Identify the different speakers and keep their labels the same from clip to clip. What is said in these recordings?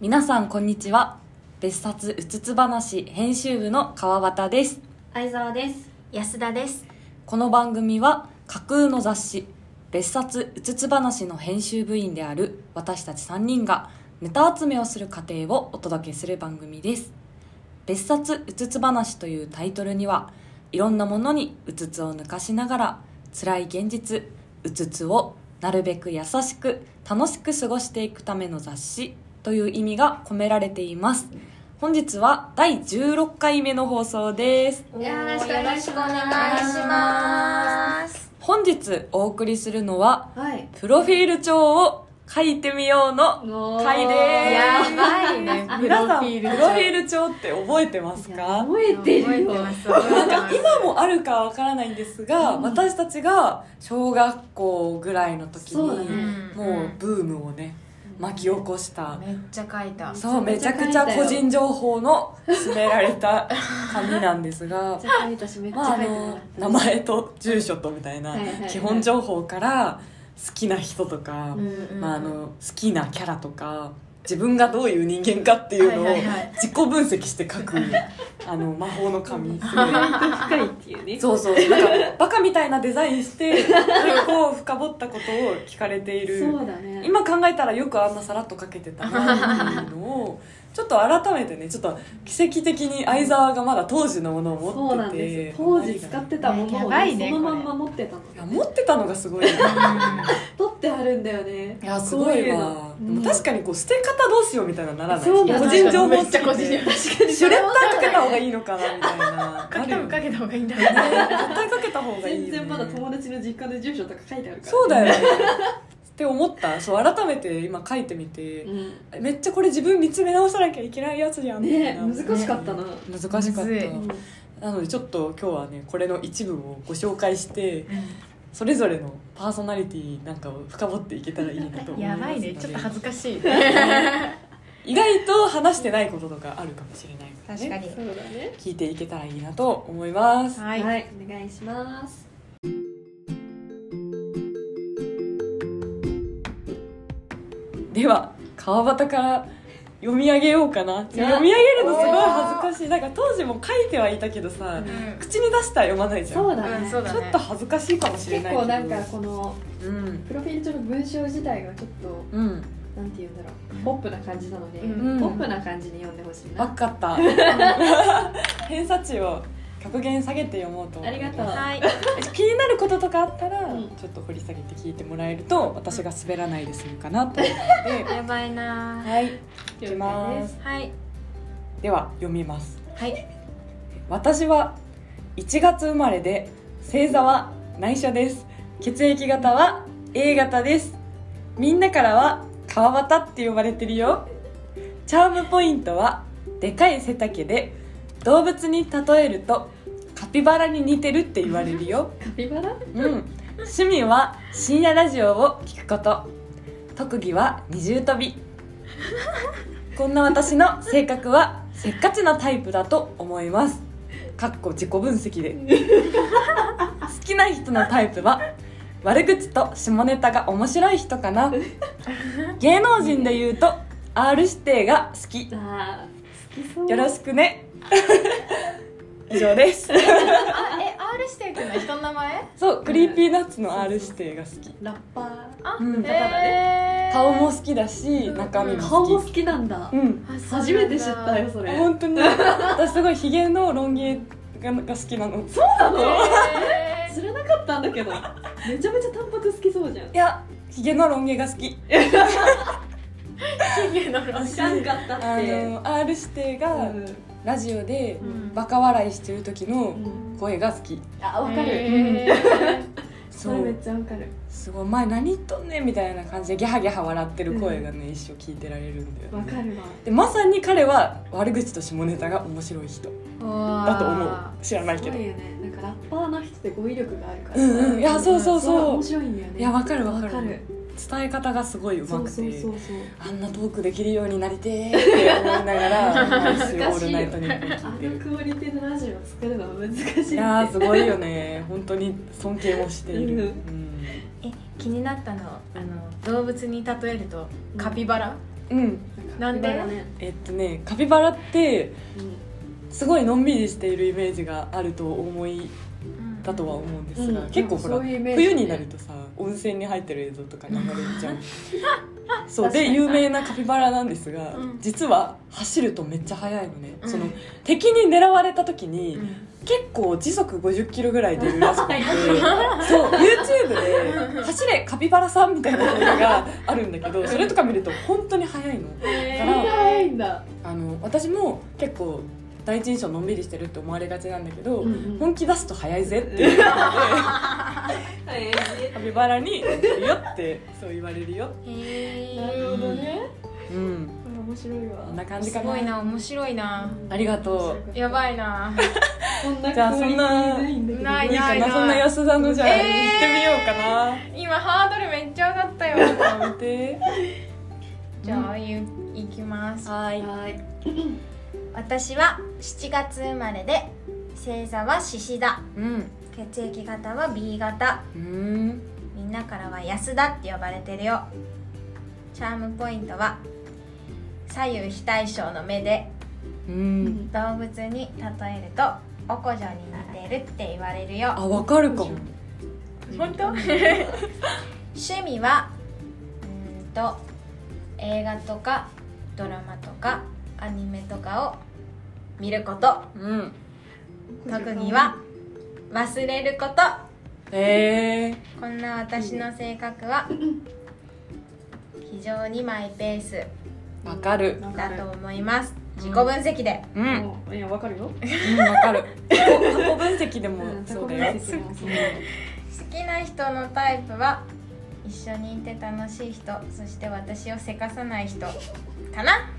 Speaker 1: 皆さんこんにちは別冊うつつ話編集部の川端です
Speaker 2: 相沢です安田です
Speaker 1: この番組は架空の雑誌別冊うつつ話の編集部員である私たち3人がネタ集めをする過程をお届けする番組です別冊うつつ話というタイトルにはいろんなものにうつつを抜かしながら辛い現実うつつをなるべく優しく楽しく過ごしていくための雑誌という意味が込められています本日は第16回目の放送です
Speaker 2: よ
Speaker 3: ろしくお願いします
Speaker 2: す
Speaker 1: 本日お送りするのは
Speaker 2: はい
Speaker 1: プロフィール帳を書いてみようの回で
Speaker 3: や
Speaker 1: す
Speaker 3: ばい ね、プ
Speaker 1: 皆
Speaker 3: ロ
Speaker 1: さ
Speaker 3: フ
Speaker 1: ん
Speaker 3: ィ
Speaker 1: プ
Speaker 3: ール
Speaker 1: ロ
Speaker 3: 帳
Speaker 1: フィール帳って覚えてますか
Speaker 2: 覚えてるよ
Speaker 3: 覚えてます覚えてます
Speaker 1: 今もあるかわからないんですが、私たちが小学校ぐらいの時
Speaker 2: そうだ
Speaker 1: に、
Speaker 2: ね
Speaker 1: もうブームをね巻き起こした、
Speaker 3: めっちゃ書いた
Speaker 1: そうめ
Speaker 2: め
Speaker 1: ち
Speaker 2: ち
Speaker 1: ゃ
Speaker 2: ゃ
Speaker 1: く
Speaker 2: く
Speaker 1: ち
Speaker 2: ち
Speaker 1: ゃ
Speaker 2: ゃ
Speaker 1: 個人情報の詰められた紙なんですが
Speaker 2: めっちゃ書いたしめっちゃ
Speaker 1: まあ、
Speaker 2: 書
Speaker 1: あ
Speaker 2: いて
Speaker 1: の
Speaker 2: な
Speaker 1: 名
Speaker 2: かっ
Speaker 1: 前と住所とみたいな
Speaker 2: はいはいはい
Speaker 1: 基本情報から好きな人とか、まあ、あの好きなキャラとか自分がどういう人間かっていうのを
Speaker 3: はいはいはい
Speaker 1: 自己分析して書 くあの魔法の紙すごい
Speaker 2: た深いっていうね
Speaker 1: そうそうなんかバカみたいなデザインしてそれを深掘ったことを聞かれている
Speaker 2: そうだね
Speaker 1: 今考えたらよくあんなさらっとかけてたなっていうのをちょっと改めてねちょっと奇跡的に相沢がまだ当時のものを
Speaker 2: そう
Speaker 1: 持っ
Speaker 2: なん
Speaker 1: て
Speaker 2: で
Speaker 1: て
Speaker 2: す当時使ってたものを
Speaker 3: やば
Speaker 2: ね
Speaker 3: いね
Speaker 2: そのまんま持ってたの
Speaker 1: いや持ってたのがすごいよね
Speaker 2: 取ってあるんだよね
Speaker 1: いやすごいわでも確かにこう捨て方どうしようみたいなのならない
Speaker 2: そう
Speaker 3: だね
Speaker 1: 個人情報
Speaker 3: めっちゃ個人情報
Speaker 1: 確かにシュレッダーかけた方がいいのかなみたいな
Speaker 3: 書けた
Speaker 1: な
Speaker 3: か
Speaker 1: るよね
Speaker 3: けた方がいいんだよね
Speaker 1: 絶対かけた方がいいよ
Speaker 2: 全
Speaker 1: ね
Speaker 2: 然まだ友達の実家の住所とか書いてあるから
Speaker 1: そうだよねって思ったそう改めて今書いてみて、
Speaker 2: うん
Speaker 1: めっちゃこれ自分見つめ直さなきゃいけないやつじゃんみたい
Speaker 2: ね
Speaker 1: な
Speaker 2: 難しかったな
Speaker 1: 難しかっ
Speaker 3: むずい
Speaker 2: うん
Speaker 1: たなのでちょっと今日はねこれの一部をご紹介してそれぞれのパーソナリティなんかを深掘っていけたらいいなと思いま
Speaker 3: や
Speaker 1: す
Speaker 3: ばいねちょっと恥ずか しい
Speaker 1: 意外と話してないこととかあるかもしれないから、ね、
Speaker 3: 確かに
Speaker 2: そうだね
Speaker 1: 聞いていけたらいいなと思います
Speaker 3: は
Speaker 2: はい、
Speaker 3: い
Speaker 2: お願いします
Speaker 1: では川端から読み上げようかな読み上げるのすごい恥ずかしいなんか当時も書いてはいたけどさ、
Speaker 3: う
Speaker 1: 口に出したら読まないじゃん、
Speaker 2: そうだね,、
Speaker 3: んそうだ
Speaker 1: ちょっ
Speaker 3: ね
Speaker 1: と恥ずかしいかもしれ
Speaker 2: 結
Speaker 1: ないけ
Speaker 2: 構
Speaker 1: ど
Speaker 2: なんかこの
Speaker 1: うん
Speaker 2: プロフィール帳の文章自体がちょっと
Speaker 1: うん
Speaker 2: なんて言うんだろうポップな感じなので、
Speaker 3: うん
Speaker 2: ポップな感じに読んでほしい
Speaker 1: わ
Speaker 2: な、
Speaker 1: かった 偏差値を極限下げて読もうと思
Speaker 2: ありがとう
Speaker 3: はい
Speaker 1: 気になることとかあったら、
Speaker 2: うん
Speaker 1: ちょっと掘り下げて聞いてもらえると私が滑らないで済むかなと思うので
Speaker 3: やばいな
Speaker 1: はいいきます
Speaker 3: はい
Speaker 1: では読みます
Speaker 3: はい
Speaker 1: 私は1月生まれで星座は内緒です血液型は A 型ですみんなからは川端って呼ばれてるよチャームポイントはでかい背丈で動物に例えるとカピバラに似てるって言われるよ
Speaker 2: カピバラ
Speaker 1: うん、趣味は深夜ラジオを聞くこと特技は二重跳びこんな私の性格はせっかちなタイプだと思いますかっこ自己分析で好きな人のタイプは悪口と下ネタが面白い人かな芸能人で言うと R 指定が好き
Speaker 2: あー好きそう
Speaker 1: よろしくね以上です
Speaker 3: あえ R してるってのは人の名前
Speaker 1: そうクリーピーナッツの R 指定が好き
Speaker 2: ラッパ
Speaker 3: あ
Speaker 1: うん
Speaker 3: えー
Speaker 1: 顔も好きだし
Speaker 3: うん
Speaker 1: 中身
Speaker 2: ー
Speaker 1: も
Speaker 2: 顔も
Speaker 1: 好
Speaker 2: 好
Speaker 1: き
Speaker 2: きなんだ、
Speaker 1: うん
Speaker 3: あそうなんだ
Speaker 2: 初めて知ったよそれ
Speaker 1: 本当に私すごいヒゲのロン毛が好きなのそう
Speaker 2: なの
Speaker 3: えー
Speaker 2: 知らなかったんだけどめちゃめちゃ短髪好きそうじゃ
Speaker 1: い
Speaker 2: ん
Speaker 1: やヒゲのロン毛が好き
Speaker 3: ヒゲのロ
Speaker 2: 知らんかった
Speaker 1: あ
Speaker 2: って
Speaker 1: の R 指定が
Speaker 2: うん
Speaker 1: ラジオで
Speaker 2: うん
Speaker 1: バカ笑いしてる時の
Speaker 2: うん
Speaker 1: 声が好き
Speaker 2: あわかる、
Speaker 3: えー
Speaker 2: そ
Speaker 1: そ
Speaker 2: れめっ
Speaker 1: う
Speaker 2: ちゃわかる
Speaker 1: すごい「前何言っとんねん」みたいな感じでギャハギャハ笑ってる声がね一生聞いてられるんだよ
Speaker 2: わ
Speaker 1: ね
Speaker 2: かるわ
Speaker 1: でまさに彼は悪口と下ネタが面白い人だ
Speaker 3: だ
Speaker 1: と思う知らない
Speaker 2: す
Speaker 1: け
Speaker 2: ご
Speaker 1: ど
Speaker 2: いよねなんかラッパーの人って語彙力があるから
Speaker 1: うんうんいやそうそうそう
Speaker 2: れ面白いんだよね
Speaker 1: いやわかるわかる
Speaker 2: わかる
Speaker 1: 伝え方がすごいうま
Speaker 2: そう
Speaker 1: く
Speaker 2: そう
Speaker 1: て
Speaker 2: そうそう
Speaker 1: あんなトークできるようになりてーって思いながら 毎週「オールナイトニッポン」
Speaker 2: あ
Speaker 1: 聞いて
Speaker 2: の
Speaker 1: る
Speaker 2: クオリティのラジオを作るのは難しいって
Speaker 1: いやーすごいよ ね本当に尊敬もしている、
Speaker 2: う
Speaker 1: うん
Speaker 3: え気になったのあの動物に例えるとカピバラ、
Speaker 1: うん
Speaker 3: なん
Speaker 2: カ
Speaker 3: で
Speaker 2: ピバラね
Speaker 1: えっとねカピバラって
Speaker 2: うん
Speaker 1: すごいのんびりしているイメージがあると思いだとは思うんですが、
Speaker 2: うん
Speaker 1: 結構ほら、
Speaker 2: そういうイメージね
Speaker 1: 冬になるとさ温泉に入ってる映像とか流れるじ ゃんそう
Speaker 2: 確か
Speaker 1: で
Speaker 2: に
Speaker 1: 有名なカピバラなんですが、
Speaker 3: うん
Speaker 1: 実は走るとめっちゃ速いのね、
Speaker 3: うん
Speaker 1: その敵に狙われた時に、
Speaker 3: うん
Speaker 1: 結構時速50キロぐらい出るらしく てそう YouTube で「走れカピバラさん」みたいな動画があるんだけ どそれとか見ると本当に速いの
Speaker 2: そ
Speaker 1: か
Speaker 2: んな
Speaker 1: ら
Speaker 2: 早いんだ
Speaker 1: あの私も結構第一印象のんびりしてるって思われがちなんだけど、
Speaker 2: うんうん
Speaker 1: 本気出すと速いぜっていうカピバラに「いいよ」ってそう言われるよ、
Speaker 3: へー
Speaker 2: なるほどね
Speaker 1: うん、
Speaker 2: これ面白い
Speaker 1: こ
Speaker 2: わ
Speaker 1: んな感じ
Speaker 3: す
Speaker 1: か
Speaker 3: ご
Speaker 1: ない
Speaker 3: な面白いな
Speaker 1: ありがとう
Speaker 3: や
Speaker 2: い
Speaker 3: ばいな
Speaker 2: こんな
Speaker 1: じゃあ
Speaker 2: クオリティないんだけど
Speaker 3: ない
Speaker 1: いいか
Speaker 3: な
Speaker 1: ないそんな安田のじゃあ、
Speaker 3: えー
Speaker 1: 行ってみようかな
Speaker 3: 今ハードルめっちゃ上がったよ
Speaker 1: やめて
Speaker 3: じゃあゆいきます
Speaker 1: はい
Speaker 2: はい
Speaker 3: 私は7月生まれで星座は獅子座
Speaker 1: うん
Speaker 3: 血液型は B 型
Speaker 1: うん
Speaker 3: みんなからは安田って呼ばれてるよチャームポイントは左右非対称の目で
Speaker 1: うん
Speaker 3: 動物に例えるとおこじょに似てるって言われるよ
Speaker 1: あわかるかも
Speaker 3: 本 当趣味はうーんと映画とかドラマとかアニメとかを見ること
Speaker 1: うん
Speaker 3: 特技は忘れること
Speaker 1: へえ
Speaker 3: こんな私の性 格は非常にマイペース
Speaker 1: ー、わかる
Speaker 2: なんか
Speaker 3: だ
Speaker 2: ね
Speaker 3: と思います
Speaker 1: うん
Speaker 3: 自己分析で、
Speaker 1: うん、うん、
Speaker 2: もういやわかるよ
Speaker 1: わかる過去過去分析でも
Speaker 2: うん
Speaker 1: そうだよ
Speaker 2: 自己分析もそう
Speaker 3: 好きな人のタイプは一緒にいて楽しい人そして私をせかさない人かな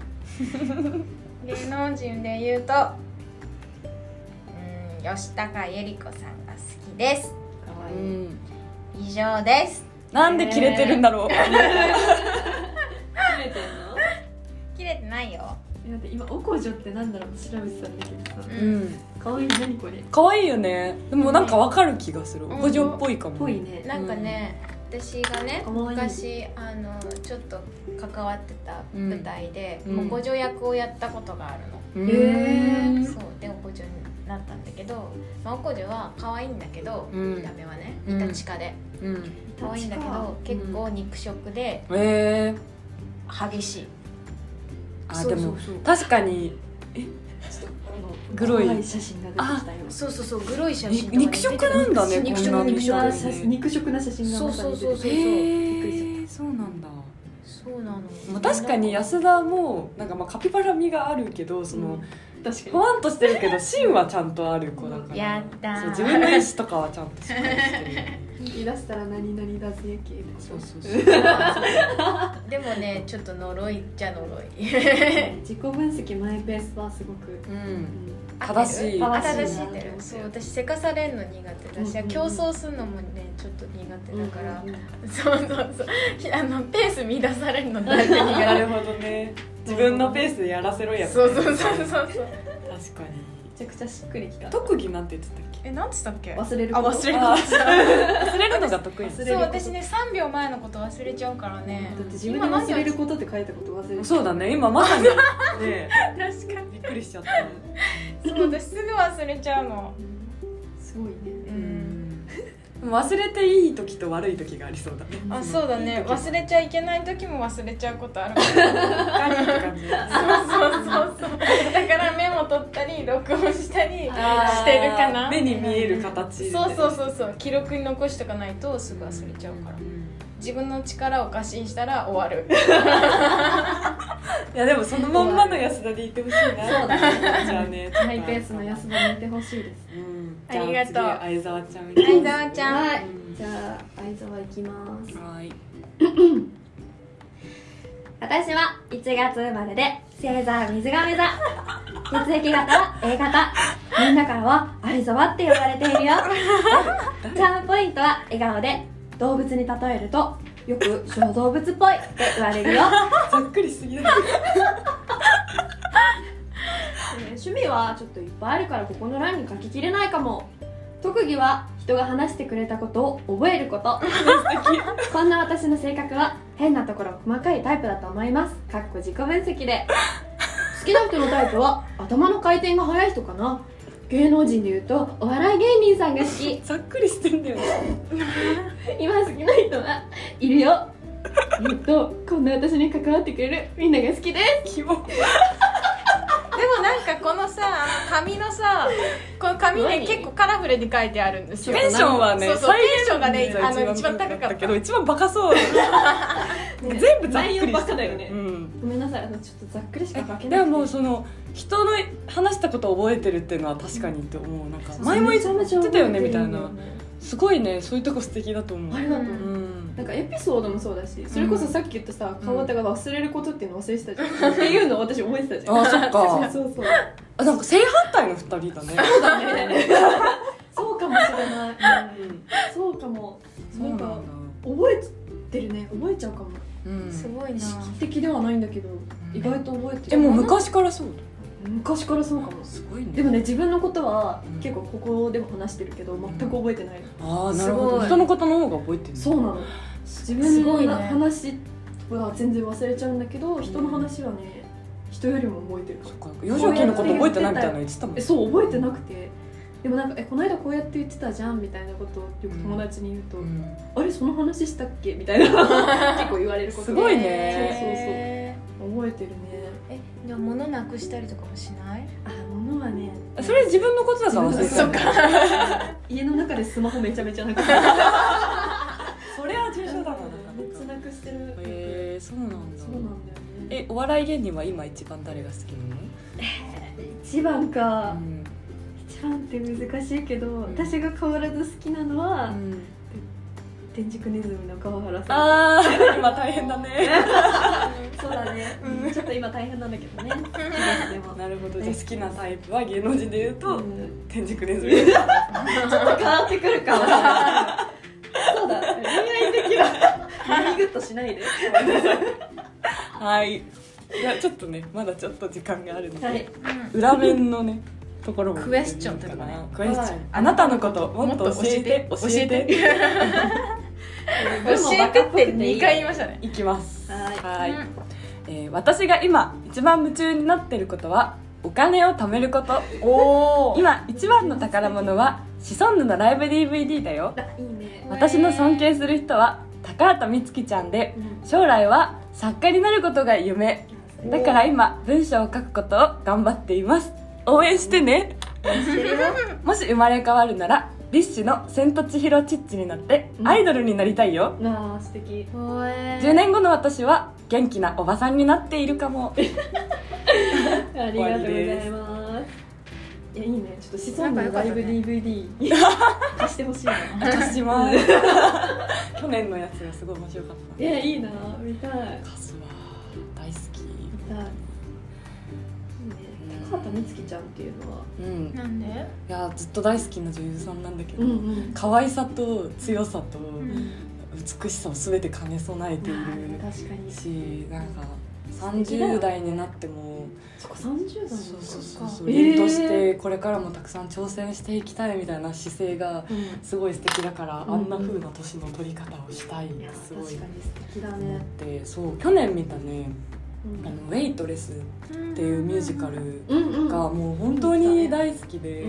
Speaker 3: 芸能人で言うとうん吉高由里子さんが好きです
Speaker 2: かわ
Speaker 1: う
Speaker 2: いい
Speaker 1: ん
Speaker 3: 以上です
Speaker 1: なんでキレてるんだろう、
Speaker 2: 切れてんの
Speaker 3: 切れてないよ
Speaker 2: えだって今おこじょってなんだろうって調べてたんだけどさ
Speaker 3: う
Speaker 1: うん
Speaker 2: 可愛い何これっ
Speaker 1: 可愛いよねでもなんかわかる気がする
Speaker 3: ん
Speaker 1: おこじょっぽいかも
Speaker 2: ぽいね
Speaker 3: なんかね、私がね
Speaker 2: かわいい
Speaker 3: 昔あのちょっと関わってた舞台で、
Speaker 1: うんうん
Speaker 3: おこじょ役をやったことがある
Speaker 1: うん
Speaker 3: の、
Speaker 2: へー
Speaker 3: そうでおこじょになったんだけど、まあ、おこじょは可愛いんだけど、
Speaker 1: うん
Speaker 3: 見た目はね
Speaker 1: うん
Speaker 3: いたちかで、
Speaker 1: うん
Speaker 3: 可愛いんだけど結構肉食で
Speaker 1: えー、
Speaker 3: 激しい、
Speaker 1: あでも
Speaker 2: そうそう
Speaker 1: 確かに
Speaker 2: そうちょっとあの
Speaker 1: グロい
Speaker 2: 可愛写真が出てきたよ
Speaker 3: そうそうそうグロい写
Speaker 1: に
Speaker 3: 真とかね
Speaker 1: 肉食なんだね
Speaker 3: 肉
Speaker 1: こんな
Speaker 3: 食
Speaker 1: 見
Speaker 3: 肉
Speaker 1: た
Speaker 3: 食
Speaker 1: 目
Speaker 2: 肉食な肉食な写真がまさに出て
Speaker 3: そ
Speaker 2: き
Speaker 3: うそうそ
Speaker 2: た
Speaker 3: う
Speaker 1: へ
Speaker 2: びっくりし
Speaker 1: えそうなんだ
Speaker 3: そうなの
Speaker 1: まあ確かに安田もなんかまあカピバラ味があるけどその、
Speaker 2: うん確
Speaker 1: ふ
Speaker 2: か
Speaker 1: わんとしてるけど芯はちゃんとある子だから
Speaker 3: やったー
Speaker 1: そう自分の意思とかはちゃんとしっかりしてる
Speaker 2: に言い出したら何々だぜ系で
Speaker 1: そうそうそう
Speaker 3: でもねちょっと呪いっちゃ呪い
Speaker 2: 自己分析マイペースはすごく、
Speaker 1: う
Speaker 2: うんん
Speaker 1: 正しい
Speaker 3: 合ってる
Speaker 2: 正
Speaker 3: 正
Speaker 2: しい
Speaker 3: しいってるそう私せかされんの苦手だし、
Speaker 2: うんうんうん
Speaker 3: 競争するのもねちょっと苦手だから、
Speaker 2: うんうん
Speaker 3: そうそうそうひあのペース乱されるの大事に
Speaker 1: なるほどね自分のペースでやらせろ や
Speaker 3: そうそうそうそうそう
Speaker 1: 確かに
Speaker 2: めちゃくちゃしっくりきた
Speaker 1: 特技なんて言ってたっけ
Speaker 3: えなんつったっけ
Speaker 2: 忘れる
Speaker 3: あ
Speaker 2: こと
Speaker 3: 忘れる
Speaker 1: あー忘れるのが得意
Speaker 2: 忘れ
Speaker 3: そう私ね3秒前のこと忘れちゃうからね
Speaker 2: だって自分で忘れることって書いたこと忘れる
Speaker 1: そうだね今まさにね
Speaker 3: 確かに
Speaker 1: びっくりしちゃった
Speaker 3: そう私すぐ忘れちゃうの
Speaker 2: うんすごいね
Speaker 3: う
Speaker 1: うんん忘れていい時と悪い時がありそうだね
Speaker 3: あそうだね忘れちゃいけない時も忘れちゃうことあ る
Speaker 1: 悪いって感じ
Speaker 3: そうそうそうだからメモ取ったり録音したりしてるかな
Speaker 1: 目に見える形
Speaker 3: そうそうそうそう記録に残しとかないとすぐ忘れちゃうから自分の力を過信したら終わる
Speaker 1: いやでもそのまんまの安田でいてほしいなそう
Speaker 2: だ
Speaker 1: じゃあね
Speaker 2: ハイペースの安田にいてほしいです
Speaker 1: うん
Speaker 3: ありがとう
Speaker 1: じゃあ次相沢ちゃん
Speaker 3: 相沢ちゃん
Speaker 2: はい
Speaker 1: うん
Speaker 2: じゃあ相沢行きます
Speaker 1: はい
Speaker 4: 私は1月生まれで星座水亀座血液型 A 型みんなからは有沢って呼ばれているよ チャームポイントは笑顔で動物に例えるとよく小動物っぽいって言われるよ
Speaker 1: ざっくりしすぎだ
Speaker 4: 趣味はちょっといっぱいあるからここの欄に書ききれないかも特 技は人が話してくれたことを覚えることこんな私の性格は変なところ細かいタイプだと思いますかっこ自己分析で好きな人のタイプは頭の回転が速い人かな芸能人でいうとお笑い芸人さんが好き
Speaker 1: ざっくりしてんだよね
Speaker 4: 今好きな人はいるよえっとこんな私に関わってくれるみんなが好きです
Speaker 1: キモ
Speaker 3: もなんかこのさあの紙のさこの紙ね
Speaker 4: 何
Speaker 3: 結構カラフルに書いてあるんですよ
Speaker 1: テンションはね
Speaker 3: そうそう
Speaker 1: 再
Speaker 3: テンションがねあの
Speaker 1: 現
Speaker 3: 一
Speaker 1: 率が
Speaker 3: 番高かった
Speaker 1: けど一番バカそう
Speaker 4: ね
Speaker 1: 全部ざっくりして
Speaker 4: 内容バカだよね
Speaker 1: うん
Speaker 4: ごめんなさいあのちょっとざっくりしか書けなくて
Speaker 1: でももうその人の話したことを覚えてるっていうのは確かにって思うなんか前も言ってたよねみたいなすごいねそういうとこ素敵だと思
Speaker 4: あ
Speaker 1: う
Speaker 4: りがとう、
Speaker 3: うん
Speaker 1: うん
Speaker 2: なんかエピソードもそうだしそれこそさっき言ったさ
Speaker 1: うん
Speaker 2: 川端が忘れることっていうの忘れてたじゃん、っていうのを私思えてたじゃん
Speaker 1: あそっか
Speaker 2: そう そうそう
Speaker 1: あなんか正反対の二人だね
Speaker 2: そうだねそうかもしれない、そうかも
Speaker 1: そうなんだ
Speaker 2: 覚えてるね覚えちゃうかも
Speaker 1: うん
Speaker 3: すごい
Speaker 2: 意
Speaker 3: な
Speaker 2: 識的ではないんだけど意外と覚えて
Speaker 1: え
Speaker 2: る
Speaker 1: もう昔からそう
Speaker 2: 昔からそうかも
Speaker 1: だすごいね
Speaker 2: でもね自分のことは
Speaker 1: うん
Speaker 2: 結構ここでも話してるけど全く覚えてない、
Speaker 1: ああなるほ
Speaker 3: す
Speaker 1: ど
Speaker 3: ごい
Speaker 1: 人のことの方が覚えてる
Speaker 2: そうなの自
Speaker 3: す
Speaker 2: 分
Speaker 3: ごい
Speaker 2: の
Speaker 3: ね
Speaker 2: 話は全然忘れちゃうんだけど、人の話はね人よりも覚えてるか
Speaker 1: そ
Speaker 2: も
Speaker 1: っか幼少期のこと覚えてないみたいなの言ってたもん
Speaker 2: えそう覚えてなくてでもなんか「えこの間こうやって言ってたじゃん」みたいなことをよく友達に言うと「
Speaker 1: うん
Speaker 2: あれその話したっけ?」みたいな結構言われること
Speaker 1: すごいね
Speaker 3: へ
Speaker 2: そうそうそう覚えてるね
Speaker 3: ーえでも物なくしたりとかもしない
Speaker 2: あ物はね
Speaker 1: それ自分のことだから忘れて
Speaker 2: そ
Speaker 1: た
Speaker 2: っ
Speaker 1: の
Speaker 2: か 家の中でスマホめちゃめちゃなくしてる
Speaker 1: それは重症だな
Speaker 2: めっちゃなくしてる
Speaker 1: へえそうなんだ
Speaker 2: そうなんだよね
Speaker 1: えお笑い芸人は今一番誰が好きなの
Speaker 4: 一番か
Speaker 1: ん
Speaker 4: 一番って難しいけど、
Speaker 1: ん
Speaker 4: 私が変わらず好きなのは、
Speaker 1: うん
Speaker 2: 天竺ネズミの川原さん
Speaker 1: ああ 今大変だね
Speaker 4: そうだね、ちょっと今大変なんだけどねでも
Speaker 1: なるほどじゃあ好きなタイプは芸能人で言うと、
Speaker 2: うん
Speaker 1: 天竺ネズミ です
Speaker 2: 変わってくるかもしれないそうだ恋愛的な耳グッとしないで
Speaker 1: はいいやちょっとねまだちょっと時間があるので、
Speaker 2: はい
Speaker 1: 裏面のねところも
Speaker 3: クエスチョンとかね
Speaker 1: クエスチョン、
Speaker 2: はい
Speaker 1: あなたのこともっと教えて教えて
Speaker 3: 教えてって2回言いましたね
Speaker 1: いきます
Speaker 2: はい
Speaker 1: いえー私が今一番夢中になってることはお金を貯めること
Speaker 3: おお
Speaker 1: 今一番の宝物はシソンヌのライブ DVD だよ
Speaker 2: あいいね
Speaker 1: 私の尊敬する人は高畑充希ちゃんで
Speaker 2: うん
Speaker 1: 将来は作家になることが夢だから今文章を書くことを頑張っています応援してねもし生まれ変わるならビッシュの「千と千尋チッチ」になって
Speaker 2: うん
Speaker 1: アイドルになりたいよ、
Speaker 2: なあ素敵
Speaker 3: おえ
Speaker 1: 10年後の私は元気なおばさんになっているかも
Speaker 2: ありがとうございますいやいいねちょっとシソンヌのライブ DVD 貸してほしいな
Speaker 1: 私ます 去年のやつがすごい面白かった
Speaker 2: いやいいな見たい
Speaker 1: カスは大好
Speaker 2: 見たいいいね高畑充希ちゃんっていうのは
Speaker 1: きうん
Speaker 3: なんで
Speaker 1: いやずっと大好きな女優さんなんだけど、
Speaker 2: うん
Speaker 1: 可愛さと強さと
Speaker 3: うん
Speaker 1: 美しさを全て兼ね備えている
Speaker 2: 確かに
Speaker 1: しなんか30代になっても
Speaker 2: そこ三十代なの
Speaker 1: そうそうそうそう
Speaker 2: えー
Speaker 1: 凛としてこれからもたくさん挑戦していきたいみたいな姿勢が
Speaker 2: うん
Speaker 1: すごい素敵だから、
Speaker 2: うん
Speaker 1: あんな風な年の取り方をしたいっ
Speaker 2: い
Speaker 1: て
Speaker 2: や
Speaker 1: す
Speaker 2: 確
Speaker 1: ご
Speaker 2: かに
Speaker 1: い
Speaker 2: 素敵だ
Speaker 1: 思っ
Speaker 2: ね
Speaker 1: てそう去年見たね「
Speaker 2: うん
Speaker 1: あのウェイトレス」っていうミュージカル
Speaker 2: うんうん
Speaker 1: がもう本当に大好きで、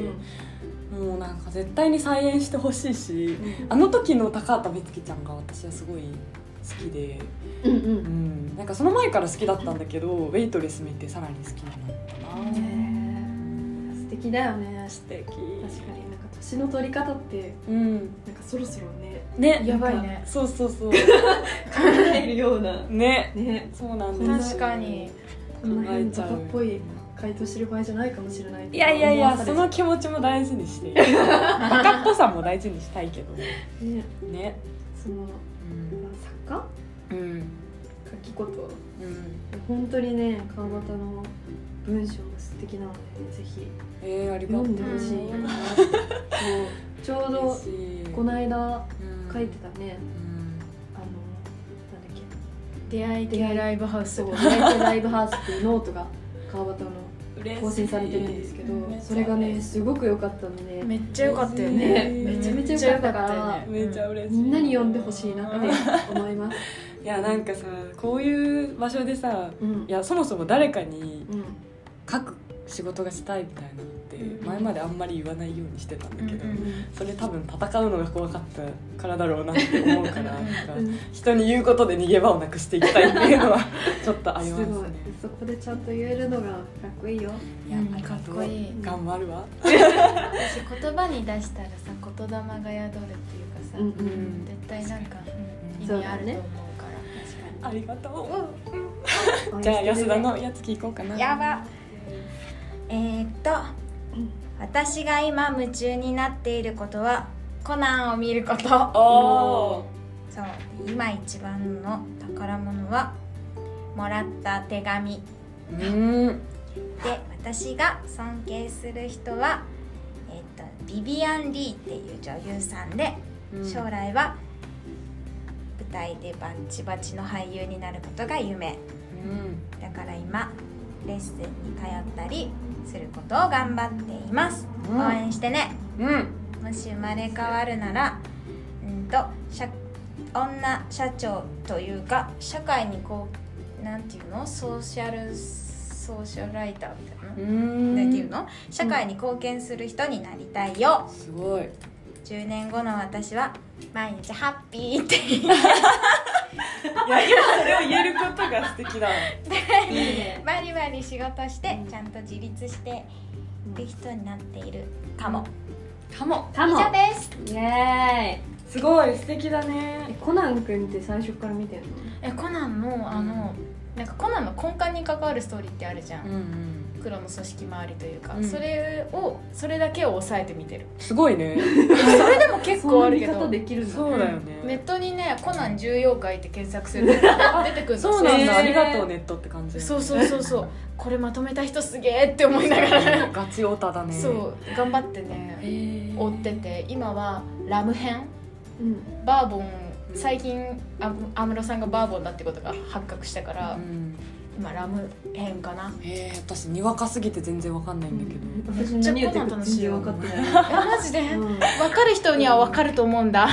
Speaker 1: もうなんか絶対に再演してほしいしあの時の高畑充希ちゃんが私はすごい好きで、
Speaker 2: うんう
Speaker 1: うんん、なんかその前から好きだったんだけどウェイトレス見てさらに好きになったな
Speaker 2: ねえ素敵だよね
Speaker 1: 素敵
Speaker 2: 確かになんか年の取り方って
Speaker 1: うん
Speaker 2: なんかそろそろね
Speaker 1: ね
Speaker 3: やばいね
Speaker 1: そうそう そう
Speaker 2: 考えるような
Speaker 1: ね
Speaker 2: ね
Speaker 1: そうなんですよ
Speaker 3: 確かに
Speaker 2: こんな変にバカっぽ
Speaker 1: 考
Speaker 2: い
Speaker 1: えちゃう
Speaker 2: 回答してる場合じゃないかもしれない
Speaker 1: いやいやいや
Speaker 2: 思わさ
Speaker 1: そ
Speaker 2: れちゃ
Speaker 1: の
Speaker 2: う
Speaker 1: 気持ちも大事にして いるバカっぽさも大事にしたいけど
Speaker 2: ね
Speaker 1: ね
Speaker 2: その
Speaker 1: うん
Speaker 2: 作家
Speaker 1: うん
Speaker 2: 書きこと
Speaker 1: うん
Speaker 2: 本当にね川端の文章が素敵なのでぜひ
Speaker 1: えー、ありがと
Speaker 2: 読
Speaker 1: うん
Speaker 2: でほしい
Speaker 3: うん
Speaker 2: もうちょうどこの間書いてたねあのなんだっけ
Speaker 3: 出会い
Speaker 2: 系
Speaker 3: ライブハウス
Speaker 2: そう「ナイトライブハウス」っていうノートが川端の
Speaker 5: 嬉しい
Speaker 2: 更新されてるんですけど
Speaker 5: うん
Speaker 2: それがねすごく良かったので、
Speaker 5: めっちゃ良かったよね
Speaker 2: ね
Speaker 5: め
Speaker 2: め
Speaker 5: ち
Speaker 2: ち
Speaker 5: ゃ
Speaker 2: ゃ
Speaker 5: め
Speaker 2: め
Speaker 5: ち
Speaker 2: ち
Speaker 5: ゃ
Speaker 2: ゃ
Speaker 5: 良
Speaker 2: 良
Speaker 5: か
Speaker 2: か
Speaker 5: っ
Speaker 2: ったた
Speaker 5: か
Speaker 2: からら
Speaker 5: めっちゃ嬉しい
Speaker 2: みんなに読んでほしいなって思います、
Speaker 1: いやなんかさこういう場所でさ
Speaker 2: うん
Speaker 1: いやそもそも誰かに
Speaker 2: うん
Speaker 1: 書く仕事がしたいみたいなのって前まであんまり言わないようにしてたんだけど、
Speaker 3: うんうん
Speaker 1: それ多分戦うのが怖かったからだろうなって思う からなんか
Speaker 2: うん
Speaker 1: 人に言うことで逃げ場をなくしていきたいっていうのは ちょっとあり
Speaker 2: す
Speaker 1: ますね
Speaker 2: ごいそこでちゃんと言えるのがかっこいいよ
Speaker 1: いや
Speaker 3: うん
Speaker 1: ありがとう
Speaker 3: かっこいい
Speaker 1: 頑張るわ
Speaker 3: 私言葉に出したらさ言霊が宿るっていうかさ、
Speaker 2: うんうん
Speaker 3: 絶対なんか、うん意
Speaker 2: そう
Speaker 3: 味あ
Speaker 2: だ
Speaker 3: ると
Speaker 2: ね
Speaker 3: 思うから
Speaker 1: ありがと
Speaker 3: うん
Speaker 1: うじゃあ安田のやつ聞こうかな
Speaker 3: やばえー、っと私が今夢中になっていることはコナンを見ること
Speaker 1: おー
Speaker 3: そう今一番の宝物はもらった手紙
Speaker 1: うん
Speaker 3: で私が尊敬する人は、えっとビビアン・リーっていう女優さんで、将来は舞台でバッチバチの俳優になることが夢
Speaker 1: うん
Speaker 3: だから今レッスンに通ったりすることを頑張っています、
Speaker 1: うん
Speaker 3: 応援してね
Speaker 1: うん
Speaker 3: もし生まれ変わるならうんと社女社長というか社会にこうなんていうのソーシャルソーシャルライターみたいな、
Speaker 1: うん
Speaker 3: なんていうの社会に貢献する人になりたいよ
Speaker 1: すごい
Speaker 3: 10年後の私は毎日ハッピーって
Speaker 1: いや今それを言えることが素敵だ
Speaker 3: バリバリ仕事してちゃんと自立してる人になっているかも
Speaker 1: かも
Speaker 4: か
Speaker 3: 以
Speaker 4: も
Speaker 3: 上です
Speaker 4: イエ
Speaker 1: すごい素敵だね
Speaker 2: えコナン君って最初から見てるの
Speaker 3: えコナンもあのなんかコナンの根幹に関わるストーリーってあるじゃん、
Speaker 1: うん
Speaker 3: 黒の組織周りというか、
Speaker 1: うん
Speaker 3: それをそれだけを抑えて見て る
Speaker 1: すごいね
Speaker 3: それでも結構あるけ
Speaker 2: そんな見方
Speaker 3: ど
Speaker 2: できるんだ
Speaker 1: そうだよね
Speaker 3: ネットにね「コナン重要回」って検索すると 出てくるの
Speaker 1: そうなんだあ
Speaker 3: そ
Speaker 1: りがとうネットって感じ
Speaker 3: そうそうそうそうこれまとめた人すげえって思いなが ら
Speaker 1: ガチオタだね
Speaker 3: そう頑張ってね追ってて今はラム編
Speaker 2: うん
Speaker 3: バーボン最近あ安室さんがバーボンだってことが発覚したから、
Speaker 1: うん
Speaker 3: 今ラム編かな
Speaker 1: えー私にわかすぎて全然わかんないんだけど
Speaker 2: 私も何言ってるか全然分かってない
Speaker 3: いやマジで 分
Speaker 2: うん
Speaker 3: かる人には分かると思うんだ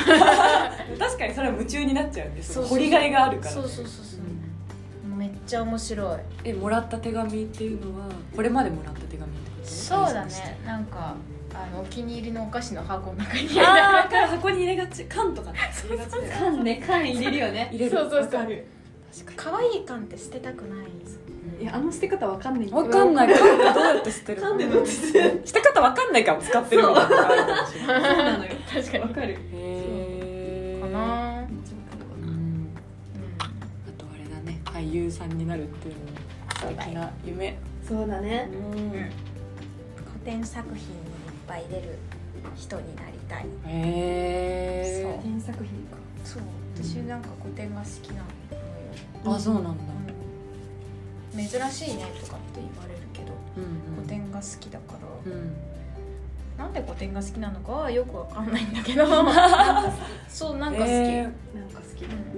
Speaker 1: 確かにそれは夢中になっちゃうんです
Speaker 3: そうそう
Speaker 1: 掘りがいがあるから
Speaker 3: そうそうそうそうめっちゃ面白い
Speaker 1: えもらった手紙っていうのはこれまでもらった手紙ってこと
Speaker 3: そうだねなんかあのお気に入りのお菓子の箱の中に
Speaker 1: あーから箱に入れがち缶とか入れがちだよね
Speaker 4: 缶ね缶入れるよね
Speaker 1: 入れる
Speaker 3: そうそうそう
Speaker 1: わかる確か
Speaker 3: 可愛い缶って捨てたくない
Speaker 1: に
Speaker 2: いやあの捨て方わかんない
Speaker 1: わかんないい缶ってどうやって捨てる
Speaker 2: かん
Speaker 1: の
Speaker 2: でどうやって捨てる
Speaker 1: 捨て方わかんないから使ってるみたいなのがあるかもしれない
Speaker 2: そうなのよ
Speaker 3: 確かに
Speaker 2: わかる
Speaker 1: へー
Speaker 3: かな、うん、
Speaker 1: うんあとあれだね俳優さんになるっていうのも素敵な夢
Speaker 2: そうだね
Speaker 1: うん
Speaker 3: 古典作品にいっぱい出る人になりたい
Speaker 1: へ
Speaker 3: そう
Speaker 1: え
Speaker 2: 原作品か
Speaker 3: そう私なんか古典が好きなのよ、
Speaker 1: あそうなんだ
Speaker 3: うん珍しいねとかって言われるけど
Speaker 1: うんうん
Speaker 3: 古典が好きだから、
Speaker 1: うん
Speaker 3: なんで古典が好きなのかはよくわかんないんだけ どそうなんか好き、
Speaker 1: えー
Speaker 2: なんか好きなる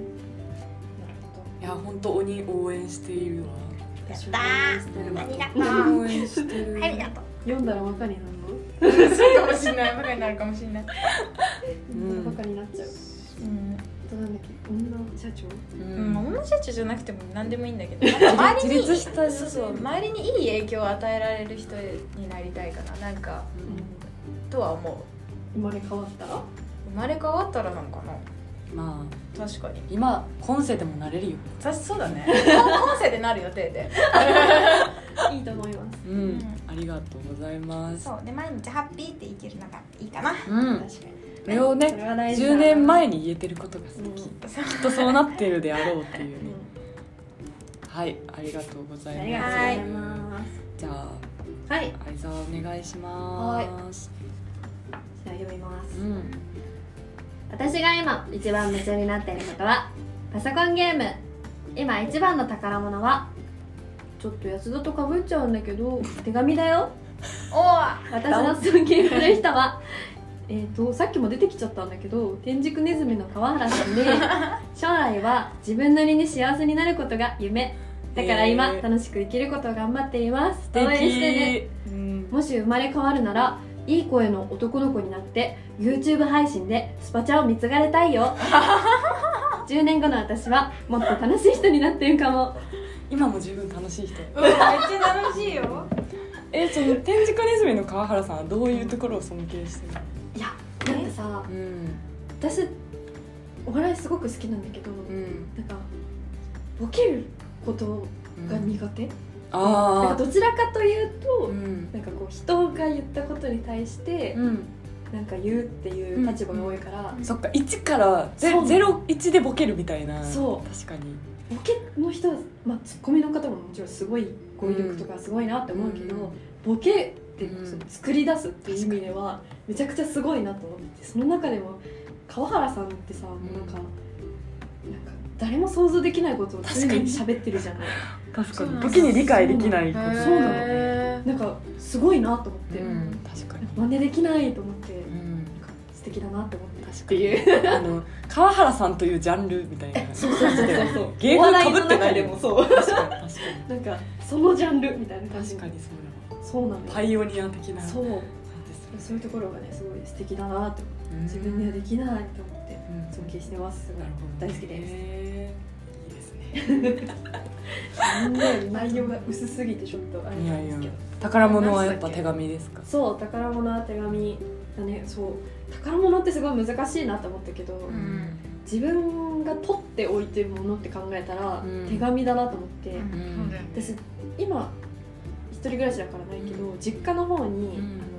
Speaker 3: うん
Speaker 2: ほど
Speaker 1: いや本当鬼応援しているわ
Speaker 3: やっ
Speaker 2: 私も
Speaker 3: たー
Speaker 2: してるわ
Speaker 3: ありがとう
Speaker 1: 応援してる
Speaker 3: ありがとう
Speaker 2: 読んだらバカになるの
Speaker 3: そうかもしんないバカになるかもしんない、
Speaker 2: 読んだらバカになっちゃう
Speaker 3: うん
Speaker 2: あとなんだっけ女社長
Speaker 1: う
Speaker 3: うん、
Speaker 1: ん
Speaker 3: 女社長じゃなくても何でもいいんだけど周りに
Speaker 1: 自立した
Speaker 3: そうそう周りにいい影響を与えられる人になりたいかななんかとは思う
Speaker 2: 生まれ変わったら
Speaker 3: 生まれ変わったらなんかな
Speaker 1: まあ
Speaker 3: 確かに
Speaker 1: 今今世でもなれるよ
Speaker 3: 私そうだね今世でなる予定で
Speaker 2: いいと思います
Speaker 1: うん、
Speaker 3: ん
Speaker 1: ありがとうございます
Speaker 3: そうで毎日ハッピーって言けるのがいいかな
Speaker 1: うん
Speaker 2: 確かに
Speaker 1: それを
Speaker 2: そ
Speaker 1: ね
Speaker 2: れは大事だ
Speaker 1: 10年前に言えてることが素
Speaker 2: うん
Speaker 1: 敵きっとそうなってるであろうっていう
Speaker 2: う
Speaker 1: ね
Speaker 2: ん
Speaker 1: はいありがとうござい
Speaker 2: あ
Speaker 1: ます
Speaker 2: りがとうございます
Speaker 1: じゃあ
Speaker 4: はい
Speaker 1: 相沢お願いします
Speaker 4: じゃあ読みます
Speaker 1: うん
Speaker 4: 私が今一番夢中になっていることはパソコンゲーム今一番の宝物は
Speaker 2: ちょっと安田とかぶっちゃうんだ けど手紙だよ
Speaker 3: おわ
Speaker 2: 私の尊敬する人は えーとさっきも出てきちゃったんだけど天竺ネ ズミの川原さんで将来は自分なりに幸せになることが夢だから今、
Speaker 1: えー
Speaker 2: 楽しく生きることを頑張っています応
Speaker 1: 敵
Speaker 2: 援してね
Speaker 1: うん
Speaker 2: もし生まれ変わるならいい声の男の子になって YouTube 配信でスパチャを貢がれた いよ10年後の私はもっと楽しい人になってるかも
Speaker 1: 今も十分楽しい人
Speaker 3: めっちゃ楽しいよ
Speaker 1: えその天竺ネズミの川原さんはどういうところを尊敬してる
Speaker 2: いやだってさ
Speaker 1: のうん
Speaker 2: 私お笑いすごく好きなんだけど、
Speaker 1: うん
Speaker 2: なんかボケることが苦手、なんか
Speaker 1: ああ
Speaker 2: どちらかというと、
Speaker 1: ん
Speaker 2: なんかこう人が言ったことに対して、
Speaker 1: うん
Speaker 2: なんか言うっていう立場が多いから、
Speaker 1: そっか一からゼ
Speaker 2: そう
Speaker 1: ゼロ一でボケるみたいな
Speaker 2: そう
Speaker 1: 確かに
Speaker 2: ボケの人は、まあ、ツッコミの方ももちろんすごい語彙力とかすごいなって思うけど、ボケって
Speaker 1: うん
Speaker 2: 作り出すっていう意味ではめちゃくちゃすごいなと思ってその中でも川原さんってさ、もうなんかなんか誰も想像できないことを常に喋ってるじゃない
Speaker 1: 確
Speaker 3: かに
Speaker 1: ボケに理解できないこと
Speaker 2: そうなの
Speaker 3: へー
Speaker 2: なんかすごいなと思って、
Speaker 1: うん確かに
Speaker 2: 真似できないと思って
Speaker 1: うん
Speaker 2: なんか素敵だなって思って
Speaker 1: 確
Speaker 2: っ
Speaker 1: か
Speaker 2: て
Speaker 1: に
Speaker 2: いう
Speaker 1: あの川原さんというジャンルみたいなそうそうそうそう芸
Speaker 2: お
Speaker 1: 風
Speaker 2: 笑
Speaker 1: か
Speaker 2: い
Speaker 1: ぶ
Speaker 2: の
Speaker 1: ってな
Speaker 2: 中
Speaker 1: い
Speaker 2: でもそう
Speaker 1: 確かに確かに
Speaker 2: なんかそのジャンルみたいな感じ
Speaker 1: 確かにそうだわ
Speaker 2: そうなのよ
Speaker 1: パイオニア的な
Speaker 2: そう
Speaker 1: そうです
Speaker 2: そういうところがねすごい素敵だなって思って自分にはできないと思って
Speaker 1: うん
Speaker 2: 尊敬してますすごい
Speaker 1: なるほど
Speaker 2: 大好きです
Speaker 1: へーいいですね
Speaker 2: ね内容が薄すぎてちょっとあれ
Speaker 1: い
Speaker 2: な
Speaker 1: や
Speaker 2: ん
Speaker 1: い
Speaker 2: です
Speaker 1: や
Speaker 2: けど
Speaker 1: 宝物はやっぱ手紙ですか
Speaker 2: そう宝物は手紙だねそう宝物ってすごい難しいなと思ったけど、
Speaker 3: ん
Speaker 2: 自分が取っておいてるものって考えたら、
Speaker 1: うん
Speaker 2: 手紙だなと思って、
Speaker 1: ん
Speaker 3: そうだよね
Speaker 2: 私今一人暮らしだからないけど、実家の方に、
Speaker 1: うん
Speaker 2: あの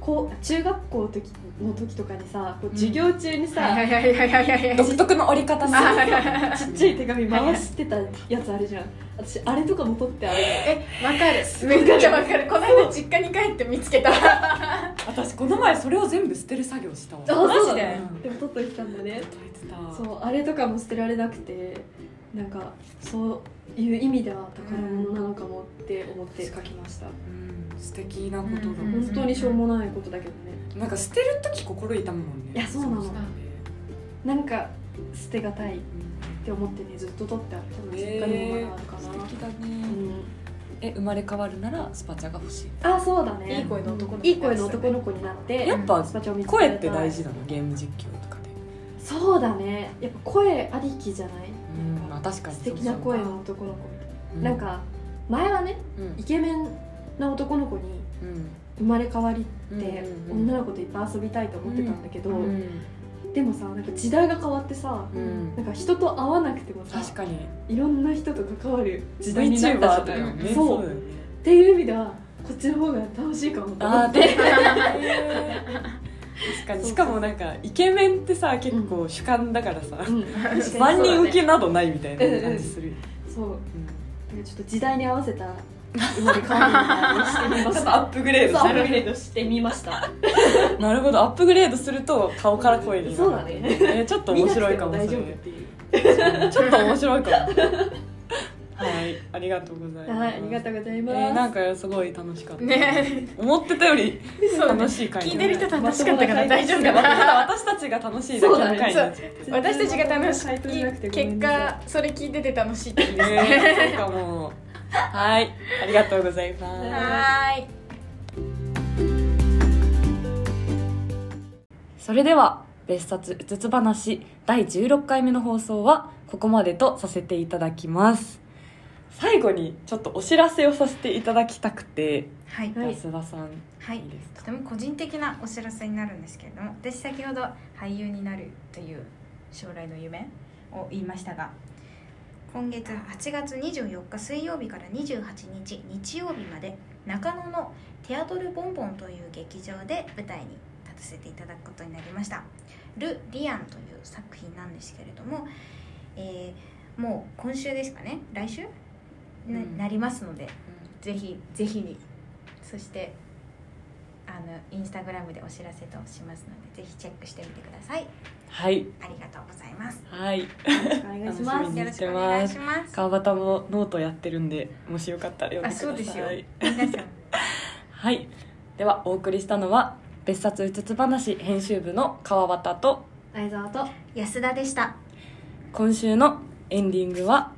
Speaker 2: こう中学校の時の時とかにさこう授業中にさ、
Speaker 3: はいはいはいはいはいはい
Speaker 1: 独特の折り方する
Speaker 2: ちっちゃい手紙回してたやつあるじゃん私あれとかも取ってある
Speaker 3: えわかるめっちゃわかるこの間実家に帰って見つけた
Speaker 1: 私この前それを全部捨てる作業したわ
Speaker 2: あそう
Speaker 3: だ
Speaker 1: う
Speaker 3: よ
Speaker 1: ん
Speaker 2: でも取っといてたんだね
Speaker 1: 届いてた
Speaker 2: そうあれとかも捨てられなくてなんかそういう意味では宝物なのかもって思って書きました、
Speaker 1: うん素敵なことだ、
Speaker 3: うん
Speaker 2: 本当にしょうもないことだけどね
Speaker 1: なんか捨てる時心痛むもんね
Speaker 2: いやそうなの
Speaker 1: だね
Speaker 2: なんか捨てがたいっ
Speaker 1: うん
Speaker 2: て思ってねずっと取ってあったの実家にもまだあるかな、
Speaker 1: 素敵だね、
Speaker 2: うん
Speaker 1: え生まれ変わるならスパチャが欲しい
Speaker 2: あそうだね
Speaker 3: いい声の男の子
Speaker 2: いい声の男の子になって
Speaker 1: やっぱ
Speaker 2: スパチャを見つけら
Speaker 1: 声
Speaker 2: れた
Speaker 1: って大事なのゲーム実況とかで
Speaker 2: そうだねやっぱ声ありきじゃない
Speaker 1: うんまあ確かに
Speaker 2: 素敵な声の男の子みたいな,、なんか前はね
Speaker 1: うん
Speaker 2: イケメンな男の子に
Speaker 1: うん
Speaker 2: 生まれ変わり
Speaker 1: う
Speaker 2: っ
Speaker 1: ん
Speaker 2: て
Speaker 1: うん
Speaker 2: 女の子といっぱい遊びたいと思ってたんだけど、
Speaker 1: うん
Speaker 2: でもさなんか時代が変わってさ、
Speaker 1: うん
Speaker 2: なんか人と会わなくてもさ
Speaker 1: 確かに
Speaker 2: いろんな人と関わる時代になったじ
Speaker 1: VTuber だ
Speaker 2: ゃない
Speaker 1: よね
Speaker 2: そう
Speaker 1: だよ ね
Speaker 2: っていう意味ではこっちの方が楽しいかもと思
Speaker 1: あ
Speaker 2: っ
Speaker 1: ー
Speaker 2: て
Speaker 1: で確かにしかもなんかイケメンってさ結構主観だからさ、
Speaker 2: うん確かにそう
Speaker 1: 万人受けなどないみたいな感じするよ、
Speaker 2: そう
Speaker 1: うん
Speaker 2: なんかちょっと時代に合わせた生まれ変わりにしてみ
Speaker 1: ち
Speaker 2: ま
Speaker 1: ょっ
Speaker 2: し
Speaker 1: とア
Speaker 2: た
Speaker 1: ップグレード
Speaker 2: そうア
Speaker 1: す
Speaker 2: ップ
Speaker 1: る
Speaker 2: グレードしてみま した
Speaker 1: なるほどアップグレードすると顔から声になる
Speaker 2: そうだね
Speaker 1: えーちょっと面白いかも
Speaker 2: 見な
Speaker 1: そ
Speaker 2: く
Speaker 1: れ
Speaker 2: て大丈夫っていう
Speaker 1: ちょっと面白いかもはいありがとうございます
Speaker 2: はいありがとうございます、
Speaker 1: えーなんかすごい楽しかった、
Speaker 3: ね
Speaker 1: 思ってたより
Speaker 3: そうね
Speaker 1: 楽しい回
Speaker 3: 聞いてる人
Speaker 1: た
Speaker 3: 楽しかったから大丈夫か
Speaker 1: だ
Speaker 3: な
Speaker 1: 私たちが楽しいだけの回になっちゃって
Speaker 2: そうだね
Speaker 3: 私たちが楽し
Speaker 2: 絶対まともな回答じゃなくてご
Speaker 3: い
Speaker 2: めんなさ
Speaker 3: 結
Speaker 2: い
Speaker 3: 果それ聞いてて楽しいっていいですね
Speaker 1: ねそうかもはいありがとうございます
Speaker 3: はーい
Speaker 1: それでは別冊うつつ話第16回目の放送はここまでとさせていただきます最後にちょっとお知らせをさせていただきたくて
Speaker 3: はい
Speaker 2: はい
Speaker 1: 安田さん
Speaker 3: はいい
Speaker 1: いですか
Speaker 3: とても個人的なお知らせになるんですけれども私先ほど俳優になるという将来の夢を言いましたが今月8月24日水曜日から28日日曜日まで中野のテアトルボンボンという劇場で舞台に立たせていただくことになりました「ル・リアン」という作品なんですけれども、えーもう今週ですかね来週な,、
Speaker 1: うん
Speaker 3: なりますのでぜひぜひにそしてあのインスタグラムでお知らせとしますのでぜひチェックしてみてください
Speaker 1: はい
Speaker 3: ありがとうございます
Speaker 1: はい
Speaker 2: よろしくお願いしま
Speaker 1: 楽し
Speaker 2: す
Speaker 1: み
Speaker 3: よろしくお願いします
Speaker 1: 川端もノートやってるんでもしよかったら読んでください
Speaker 3: あそうですよ皆さん
Speaker 1: はいではお送りしたのは別冊うつつ話編集部の川端と
Speaker 2: 相沢と
Speaker 3: 安田でした
Speaker 1: 今週のエンディングは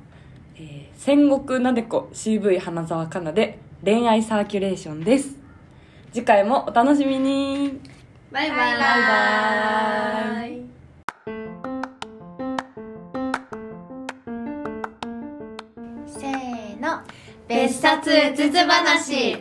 Speaker 1: えー戦国なでこ CV 花澤香菜で恋愛サーキュレーションです次回もお楽しみに
Speaker 3: バイバイ
Speaker 2: バイバイ
Speaker 3: イ
Speaker 2: せーの
Speaker 3: 別冊うつつ話